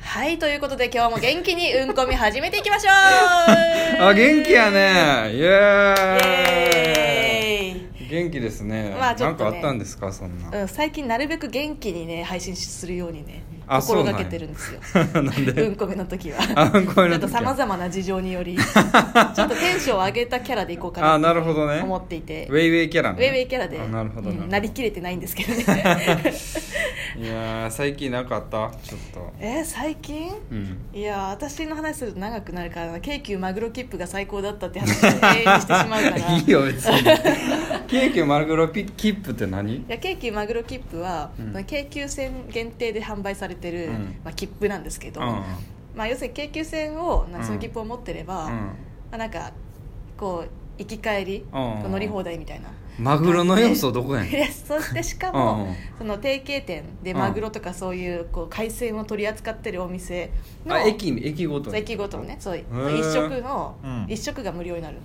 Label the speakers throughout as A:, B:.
A: はいということで今日も元気にうんこみ始めていきましょう
B: あ元気やねイエーイ
A: イエーイ
B: 元気ですね,、
A: まあちょ
B: な
A: っ
B: ん
A: とね
B: かあったんですかそんな、
A: うん、最近なるべく元気にね配信するようにね
B: あ
A: 心
B: そうなん
A: が
B: や
A: けてるんですよ
B: なんで
A: うんこめの時は
B: あうんこめ
A: ち
B: の時は
A: ょっとさまざまな事情によ りちょっとテンションを上げたキャラでいこうか
B: あ
A: な
B: なるほどね
A: と思っていて
B: ウェイウェイキャラ
A: ウ
B: ね
A: ェイウェイキャラで
B: あなるほど
A: うん
B: なるほど
A: なりきれてないんですけどね
B: いやー最近なんかあったちょっと
A: え最近
B: うん
A: いや私の話すると長くなるからな京急マグロ切符が最高だったって話を永遠にしてしまうから
B: いいよ別にケーキマグロピキップって何
A: いや京急マグロ切符は、
B: うん
A: 京急線限定で販売されてる、
B: うん
A: まあ、切符なんですけど、
B: うん
A: まあ、要するに京急線をなんか
B: うん
A: その切符を持ってれば、
B: う
A: ま
B: ん
A: あ、なんかこう行き帰り、
B: うん
A: こう乗り放題みたいな。
B: マグロの要素どこ やねん
A: でそしてしか
B: うんう
A: も
B: ん
A: その提携店で
B: うん
A: マグロとかそういうこう海鮮を取り扱ってるお店の
B: あ駅駅ごと
A: そう
B: に
A: 駅ごとのねそう一
B: ー
A: 食の
B: うん
A: 一食が無料になる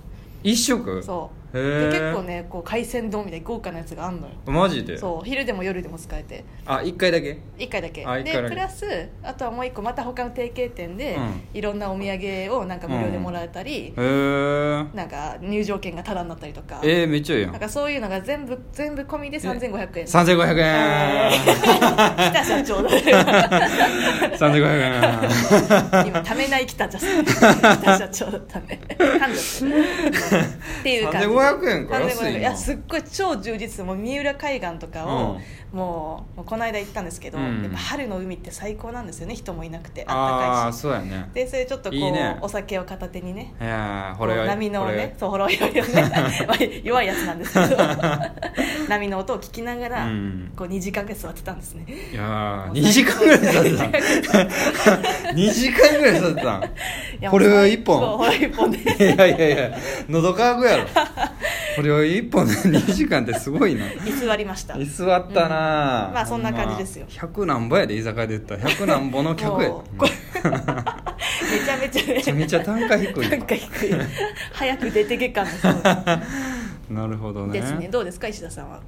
B: 一食
A: そう
B: へ
A: で
B: え
A: 結構ねこう海鮮丼みたいな豪華なやつがあんのよ
B: マジで
A: そう昼でも夜でも使えて
B: あ一回だけ
A: 1回だけ
B: あ一
A: で
B: 回だけ
A: プラスあとはもう1個また他の提携店で、
B: うん
A: いろんなお土産をなんか無料でもらえたり
B: へ、え
A: なんか入場券がタダになったりとか、
B: えー、めっちゃいいやん
A: なんかそういうのが全部全部込みで3500円
B: 三千五百円。
A: 北社長だ
B: 三千五百 円。
A: 今ためない北社北社長だったね噛んじゃったねっていう感じ
B: 3500円か
A: 3500
B: 安いない
A: やすっごい超充実もう三浦海岸とかを、もうもうこの間行ったんですけど、
B: うん
A: やっぱ春の海って最高なんですよね人もいなくて
B: あ
A: あ
B: あ、
A: ったかいし
B: そうやね。
A: でそれちょっとこう
B: いいね
A: お酒を片手にね
B: いやー、
A: こ
B: ほ
A: う
B: ろよい。
A: 波の
B: ほろよい
A: ねそうほろ酔いをね まあ 弱いやつなんですけど波の音を聞きながら、
B: うん
A: こう2時間ぐらい座ってたんですね
B: いやー、二時間ぐらい座って たん。二時間ぐらい座って
A: い
B: たん。
A: や
B: ほろよい一
A: そう
B: 本。
A: ほろ酔い一本
B: い
A: で
B: やいやいや、喉乾く やろ。ほろよい一本で二時間ってすごいな。
A: 居座りました
B: 居座ったな、
A: うんまあそんな感じですよ
B: 100何本やで居酒屋で言ったら100何本の客やで
A: もうこめちゃめちゃね
B: めちゃめちゃ単価低い
A: なんか低い早く出てけ感
B: なるほどね
A: ですねどうですか石田さんは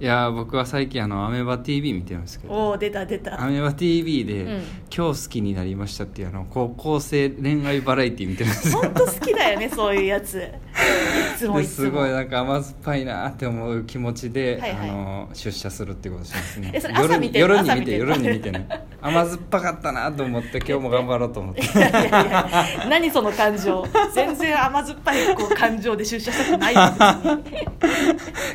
A: い
B: やー僕は最近あのアメバ TV 見てるんですけど
A: おお出た出
B: ア
A: た
B: メバ TV で、
A: うん
B: 今日好きになりました」っていうあの高校生恋愛バラエティー見てるんですよ
A: 本当好き だよねそういうやついつも
B: で
A: いつ
B: す
A: も
B: ごいなんか甘酸っぱいなって思う気持ちで、
A: はいはい
B: あの出社するってことしますね
A: えそれ朝
B: 夜
A: 見
B: に
A: てる
B: 夜に
A: 朝
B: 見
A: 見て
B: て
A: る
B: 夜に見てね甘酸っぱかったなと思って今日も頑張ろうと思って
A: いやいやいや何その感情全然甘酸っぱいこう感情で出社したくないで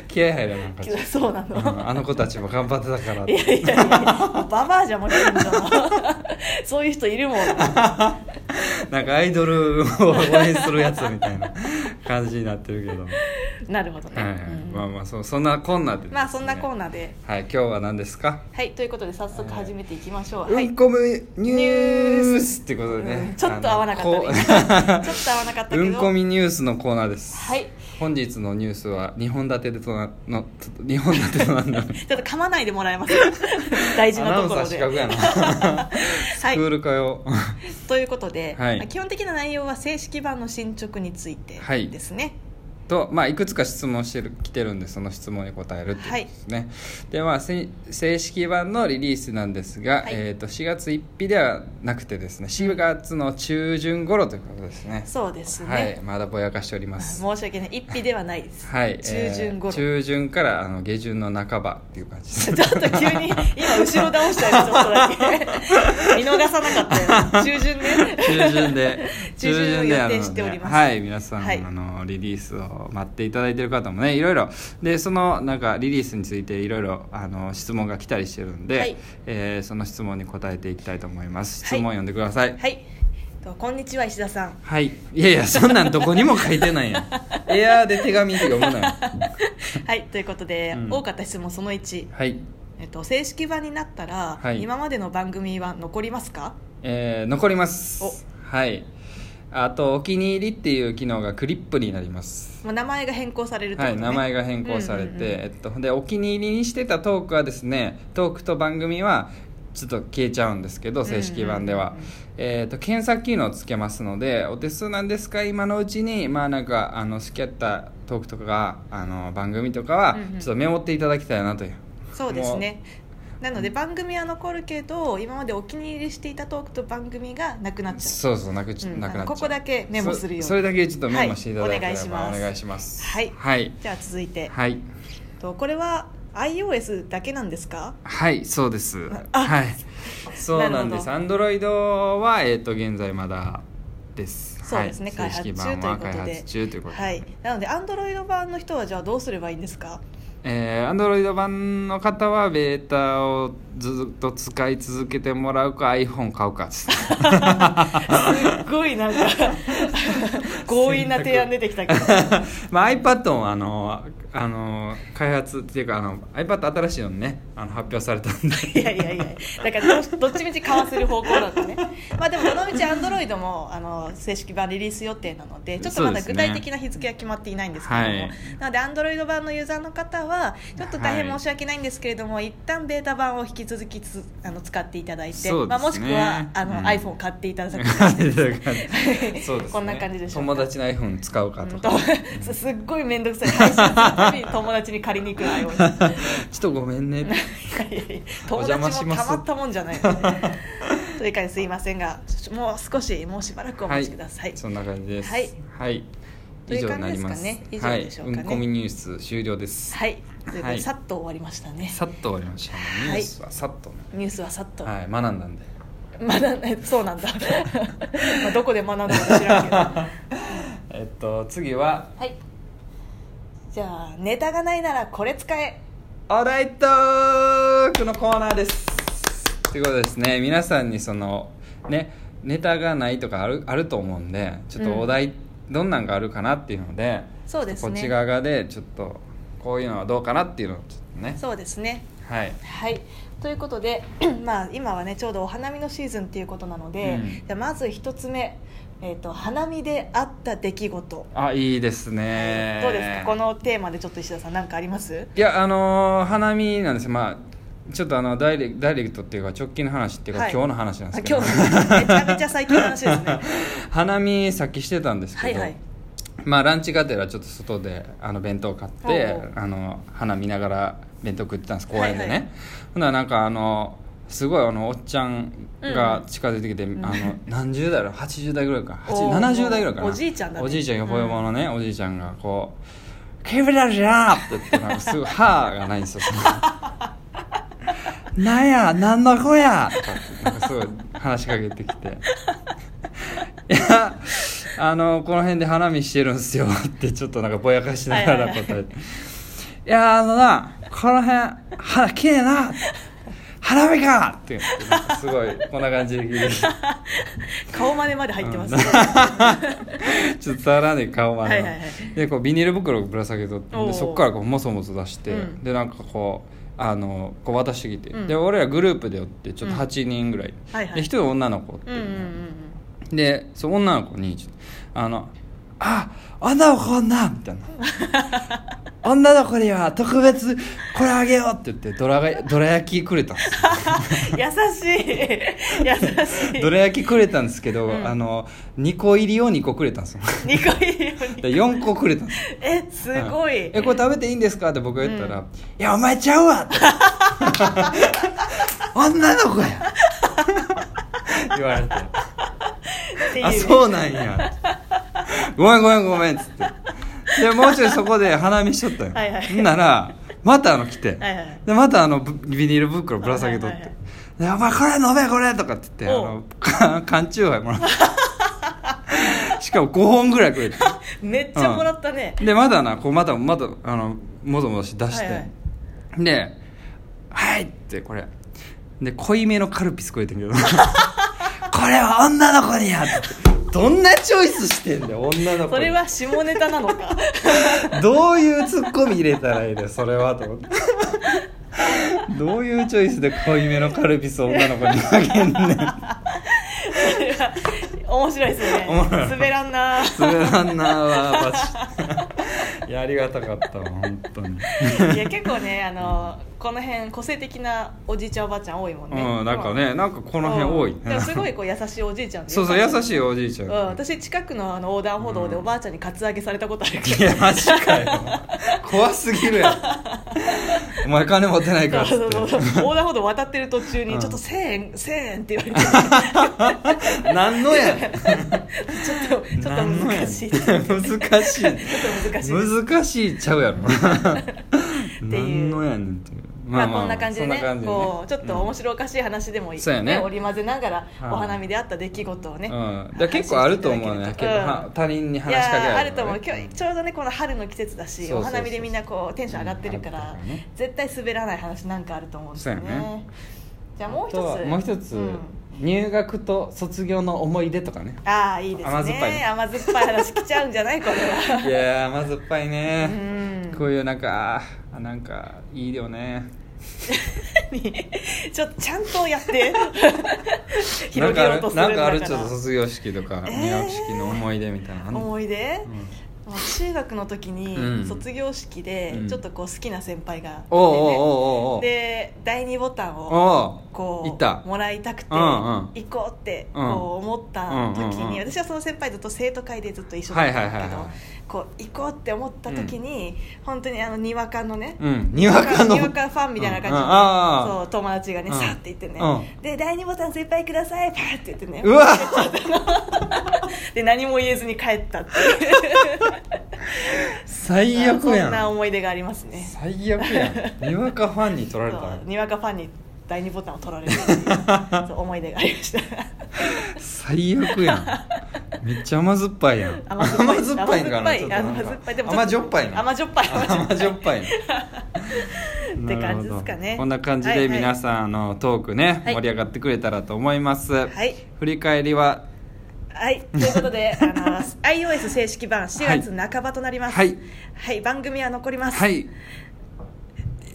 B: 気合入らなんかちょっ
A: すそうなの、
B: とうんあの子たちも頑張ってたからっ
A: いや
B: て
A: いやいやもうババアじゃんもう近所のそういう人いるもん
B: なんかアイドルを応援するやつみたいな感じになってるけど、
A: なるほどね、
B: はいはい
A: うん
B: まあまあそうそんなこんなでですね、
A: まあそんなコーナーで
B: はい、今日は何ですか、
A: はいということで早速始めていきましょう、は
B: う
A: い、
B: んこむニュースってことでね、
A: うんちょっと合わなかったね今 ちょっと合わなかった
B: あ
A: け
B: のこ
A: ど
B: ううんこみニュースのコーナーです、
A: はい
B: 本日のニュースは2本立てでとなのちょっと2本立てとなんだ
A: ちょっと噛まないでもらえます 大事
B: ア
A: な
B: ナウ
A: と
B: ン
A: こ
B: サー
A: ろ
B: 資
A: で
B: 格やな
A: は
B: クー
A: い
B: ルかよ
A: ということで、
B: はい
A: 基本的な内容は正式版の進捗について
B: はい
A: ですね、
B: と、まあ、いくつか質問してる来てるんでその質問に答えるっていうことですね、でまあせ正式版のリリースなんですが、
A: はい
B: えー、と4月1日ではなくてですね4月の中旬頃ということですね
A: そうですね、
B: はいまだぼやかしております
A: 申し訳ない一匹ではないです、
B: はい、
A: 中旬頃、
B: えー中旬からあの下旬の半ばっていう感じで す
A: ちょっと急に今後ろ倒したよちょっとだ け見逃さなかったよ中旬ね
B: 中旬で
A: 中旬を予定しております
B: あのねはい皆さん、
A: はい
B: あのリリースを待っていただいてる方もねいろいろでそのなんかリリースについていろいろあの質問が来たりしてるんで、
A: はい
B: えーその質問に答えていきたいと思います質
A: はい
B: 問読んでください
A: はいとこんにちは石田さん
B: はい、い、やいやそんなんどこにも書いてな いやんエアーで手紙読むなよ
A: はいということで、
B: うん
A: 多かった質問その1、
B: はい
A: えっと、正式版になったら、
B: はい
A: 今までの番組は残りますか
B: えー残ります
A: お
B: はいあとお気に入りっていう機能がクリップになります
A: まあ名前が変更されるってこ
B: は
A: と、
B: い、
A: ね
B: 名前が変更されて、
A: うんうんうん
B: えっと、でお気に入りにしてたトークはですねトークと番組はちょっと消えちゃうんですけど
A: うんうん
B: 正式版では、えっと検索機能をつけますのでお手数なんですか今のうちにまあなんかあの好きやったトークとかがあの番組とかは
A: うんうん
B: ちょっとメモっていただきたいなという、
A: そうですねなので番組は残るけど今までお気に入りしていたトークと番組がなくなっちゃう
B: そうそうなくち、
A: うん
B: なくなっちゃ
A: こ
B: う
A: こだけメモするように
B: そそれだけちょっとメモしていただければ、
A: はいお願いします
B: お願いします
A: はい
B: はい
A: じゃあ続いて、
B: はい、
A: とこれは iOS だけなんですか
B: はいそうです
A: あ
B: はいそうなんですア
A: な
B: ンドロイドはえっ、と現在まだです
A: そうですね、
B: はい、正式
A: 開
B: 版
A: 発中ということ
B: は開
A: で
B: 発中ということで、
A: はい、なので Android 版の人はじゃあどうすればいいんですか
B: えー、Android 版の方はベータをずっと使い続けてもらうか iPhone 買うかですね
A: すごいなんか強引な提案出てきたけど
B: まあ iPad もあのあの開発っていうかあの iPad 新しいのねあの発表されたんで
A: いやいや いやだからどどっちみち買わせる方向だったねまあでもどのみち Android もあの正式版リリース予定なのでちょっとまだ具体的な日付は決まっていないんですけれども、
B: はい
A: なので Android 版のユーザーの方はちょっと大変申し訳ないんですけれども、一旦ベータ版を引き続きつあの使っていただいて、
B: そうですね
A: まあ、もしくはあの、
B: うん
A: iPhone を買っていただく
B: そうですね
A: こんな感じでしょうか
B: 友達の iPhone 使うか
A: う
B: と
A: ん
B: か
A: とす すっごい面倒くさい配信するたびに友達に借りに行く のよ
B: ちょっとごめんねっ
A: い
B: て
A: やいやいや
B: お
A: 友
B: 邪魔
A: 達
B: し
A: も
B: ま
A: た
B: す
A: まったもんじゃないのでというかすいませんがもう少しもうしばらくお待ちください、
B: そんな感じです
A: はい、
B: はい
A: と
B: 以
A: いう
B: 上になりま
A: 感
B: す
A: じですかね以上でしょうかね
B: はい、うんこみニュース終了です、
A: はい、ということ
B: は
A: で
B: い
A: さっと終わりましたね
B: さっと終わりました、
A: はい
B: ニュースはさっとね
A: ニュースはさっと、
B: はい学んだんで
A: まだ ねそうなんだまあどこで学んだのか知らん けどは
B: えっと次はい
A: じゃあネタがないならこれ使え
B: お題トークのコーナーですということでですね皆さんにそのねネタがないとかあるあると思うんでちょっ
A: うん
B: とお題、どんなんがあるかなっていうので
A: そうですね
B: こっち側がでちょっとこういうのはどうかなっていうのをちょっとね
A: そうですね
B: はい
A: はいということで まあ今はねちょうどお花見のシーズンっていうことなので、
B: うん
A: じゃあまず一つ目、えー、と花見であった出来事
B: あいいですね
A: どうですかこのテーマでちょっと石田さん何かあります
B: いやあのー花見なんですよまあちょっとあのダイレダイレクトっていうか直近の話っていうか、
A: はい
B: 今日の話なんで
A: あ
B: す
A: 今
B: け
A: 日
B: ど
A: のめちゃめちゃ最近の話ですね
B: 花見さっきしてたんです
A: は
B: け
A: い
B: ど、
A: はい
B: まあ、ランチがてらちょっと外であの弁当買っ
A: おう
B: て
A: おう
B: あの花見ながら弁当食ってたんです公園でね、
A: はいはい
B: ほんならなんかあのすごいあのおっちゃんが近づいてきて、あの何十代だろう80代ぐらいか
A: おう
B: 80 70代ぐらいかな
A: おじいちゃんだね
B: おじいちゃんよぼよぼのね、おじいちゃんがこう「ケブラジャー!」って言ってなんかすごい「歯がないんですよそ のなんや、なんの子やとかって、なんかすごい話しかけてきて。 いや、あの、この辺で花見してるんすよって、ちょっとなんかぼやかしながら答えて。
A: はい
B: いや、あのな、この辺、花、綺麗な花見かって言って、なんかすごい、こんな感じで聞いてきて
A: 顔真似まで入ってます、
B: ちょっと触らねえ顔は
A: はいはいは
B: でこうビニール袋をぶら下げとって
A: おう
B: でそこからこうもそもそ出して、
A: うん
B: でなんかこうあのこう渡してきて、
A: うん
B: で俺らグループでおってちょっと
A: うん
B: 8人ぐらい、
A: はいはい
B: で1人女の子って
A: うん
B: い
A: うん
B: う
A: うん
B: ね、でその女の子にちょっとあの「あ女の子女!」みた いな「女の子には特別これあげよう」って言ってど らがどら焼きくれたんですよ
A: 優しい優しい
B: どら焼きくれたんですけど、
A: うん
B: あの2個入りを2個くれたんですよ
A: 2個いいように
B: 4個くれたんです
A: えすごい、
B: うんえこれ食べていいんですかって僕が言ったら「いやお前ちゃ うわ!」って女の子や言われて
A: ってい
B: 「
A: う
B: あそうなんや」ごめんごめんごめん」っつってでもうちょいそこで花見しとったよ
A: はいはい
B: んならまたあの来て、
A: はいはい
B: でまたあのぶビニール袋ぶら下げとって「
A: はいはいはい
B: でお前これ飲めこれ」とかって言ってあ
A: おう
B: のか缶チューハイもらってしかも5本ぐらいくれて
A: めっちゃもらったね、
B: でまだなこうまだまだあのもぞもぞして出して、
A: はいはい
B: で「はい!」ってこれで濃いめのカルピス食えて んけどこれは女の子にやってどんなチョイスしてんだよ女の子
A: それは下ネタなの か
B: どういうツッコミ入れたらいいのよそれはと思って どういうチョイスで濃いめのカルピスを女の子にあげんね
A: それ
B: ん
A: は面白いですね
B: 面白い
A: 滑らんな
B: それランナーはバチいやありがたかったわ本当に
A: いや結構ねあのこの辺個性的なおじいちゃんおばあちゃん多いもんね
B: うんなんかねなんかこ
A: こ
B: の辺多いね
A: すごいこう優しいおじいちゃんで
B: そうそう優しいおじいちゃ、
A: うんん、私近くのあの横断歩道でおばあ ちゃんにカツアゲされたことあるけ
B: い
A: ど、
B: やマジかよ怖すぎるやんお前金持ってないからっつ
A: そ
B: っ
A: う
B: て
A: そうそう横断歩道渡ってる途中
B: う
A: に「
B: ん
A: ちょっと1000円1000円」って言われて
B: 何のやん
A: ちょっとちょっと
B: 何のやん
A: 難しいちょっと
B: 難しい
A: 難しいです
B: 難しいちゃう やろ
A: ていう
B: 何のやねんっていう
A: まあこんな感じでね
B: そんな感じでね
A: こうちょっと面白おかしい話でもいい、
B: そうやね
A: ね織り交ぜながら
B: はい
A: お花見であった出来事をね、
B: うん、だから結構あると思うね
A: 話して
B: 結
A: い
B: 構
A: ただ
B: は
A: け
B: 他人に
A: い
B: 話しかけられ
A: やある
B: の
A: と思う
B: ね
A: 今日ちょうどねこの春の季節だし
B: そうそうそう
A: お花見でみんなこうテンション上がってるか
B: うん上が
A: ら
B: ってるからね
A: 絶対滑らない話なんかあると思うんですよね
B: そうやね
A: じゃあもう
B: あと
A: 一
B: は
A: つ
B: もう一つ、
A: ん
B: 入学と卒業の思い出とか ね
A: ああいいですね
B: 甘酸っぱいね
A: 甘酸っぱい話来ちゃうんじゃないこれ
B: い
A: は
B: やー甘酸っぱいうね、
A: ん
B: こういうなんかあなんかいいよね
A: ちょっとちゃんとやって
B: なん
A: 広げ
B: かあ
A: よう
B: る
A: とす
B: な
A: る
B: ん
A: ん
B: かある
A: だ
B: ち
A: か
B: ょっと
A: ら
B: 卒業式とか
A: えー
B: 入学式の思い出みたいなのあんの
A: 思い出、まあ中学の時
B: うん
A: に卒業式で
B: うん
A: ちょっとこう好きな先輩がいてね
B: おうおうおうおうおう
A: で第二ボタン
B: お
A: を
B: う
A: こ
B: いた
A: うもらいたくて
B: うんうん
A: 行こうってこう思った時
B: うんうん
A: に
B: うん
A: 私はその先輩とと生徒会でずっと一緒だったんだ
B: はい
A: け
B: はいはい
A: ど
B: はい
A: こう行こうって思った時に本当にあのにわかのね
B: うんにわかの
A: にわかファンみたいな感じ
B: うんうん
A: で
B: ああ
A: そう友達がね
B: うん
A: さって言ってね
B: う
A: で第二ボタン先輩くださいパーって言ってね
B: う わ
A: で何も言えずに帰ったっていう
B: 最悪
A: そ
B: や
A: んな思
B: ん
A: い出がありますね
B: 最悪やんにわかファンに取られた
A: そう
B: ら
A: にわかファンに第二ボタンを取られるって いうそう思い出がありました
B: 最悪や んめっちゃ甘酸っぱいやん
A: 甘酸っぱい
B: 酸っぱいんかなちょっとなん
A: 甘
B: か
A: 酸っぱいでもちょっと
B: 甘じょっぱいな
A: 甘じょっぱい
B: 甘じょっぱい な
A: って感じですかね
B: なるほどこんな感じ
A: は
B: で
A: いはい
B: 皆さんあのトークね、
A: はい
B: 盛り上がってくれたらと思います、
A: はい
B: 振り返りは
A: はいということであの iOS 正式版4月半ばとなります
B: はい、
A: はい番組は残ります、
B: はい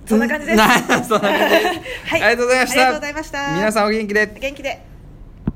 A: そんな感じです
B: そん
A: は
B: な感じです、
A: い
B: ありがとうございました
A: ありがとうございました
B: 皆さんお元気で
A: 元気で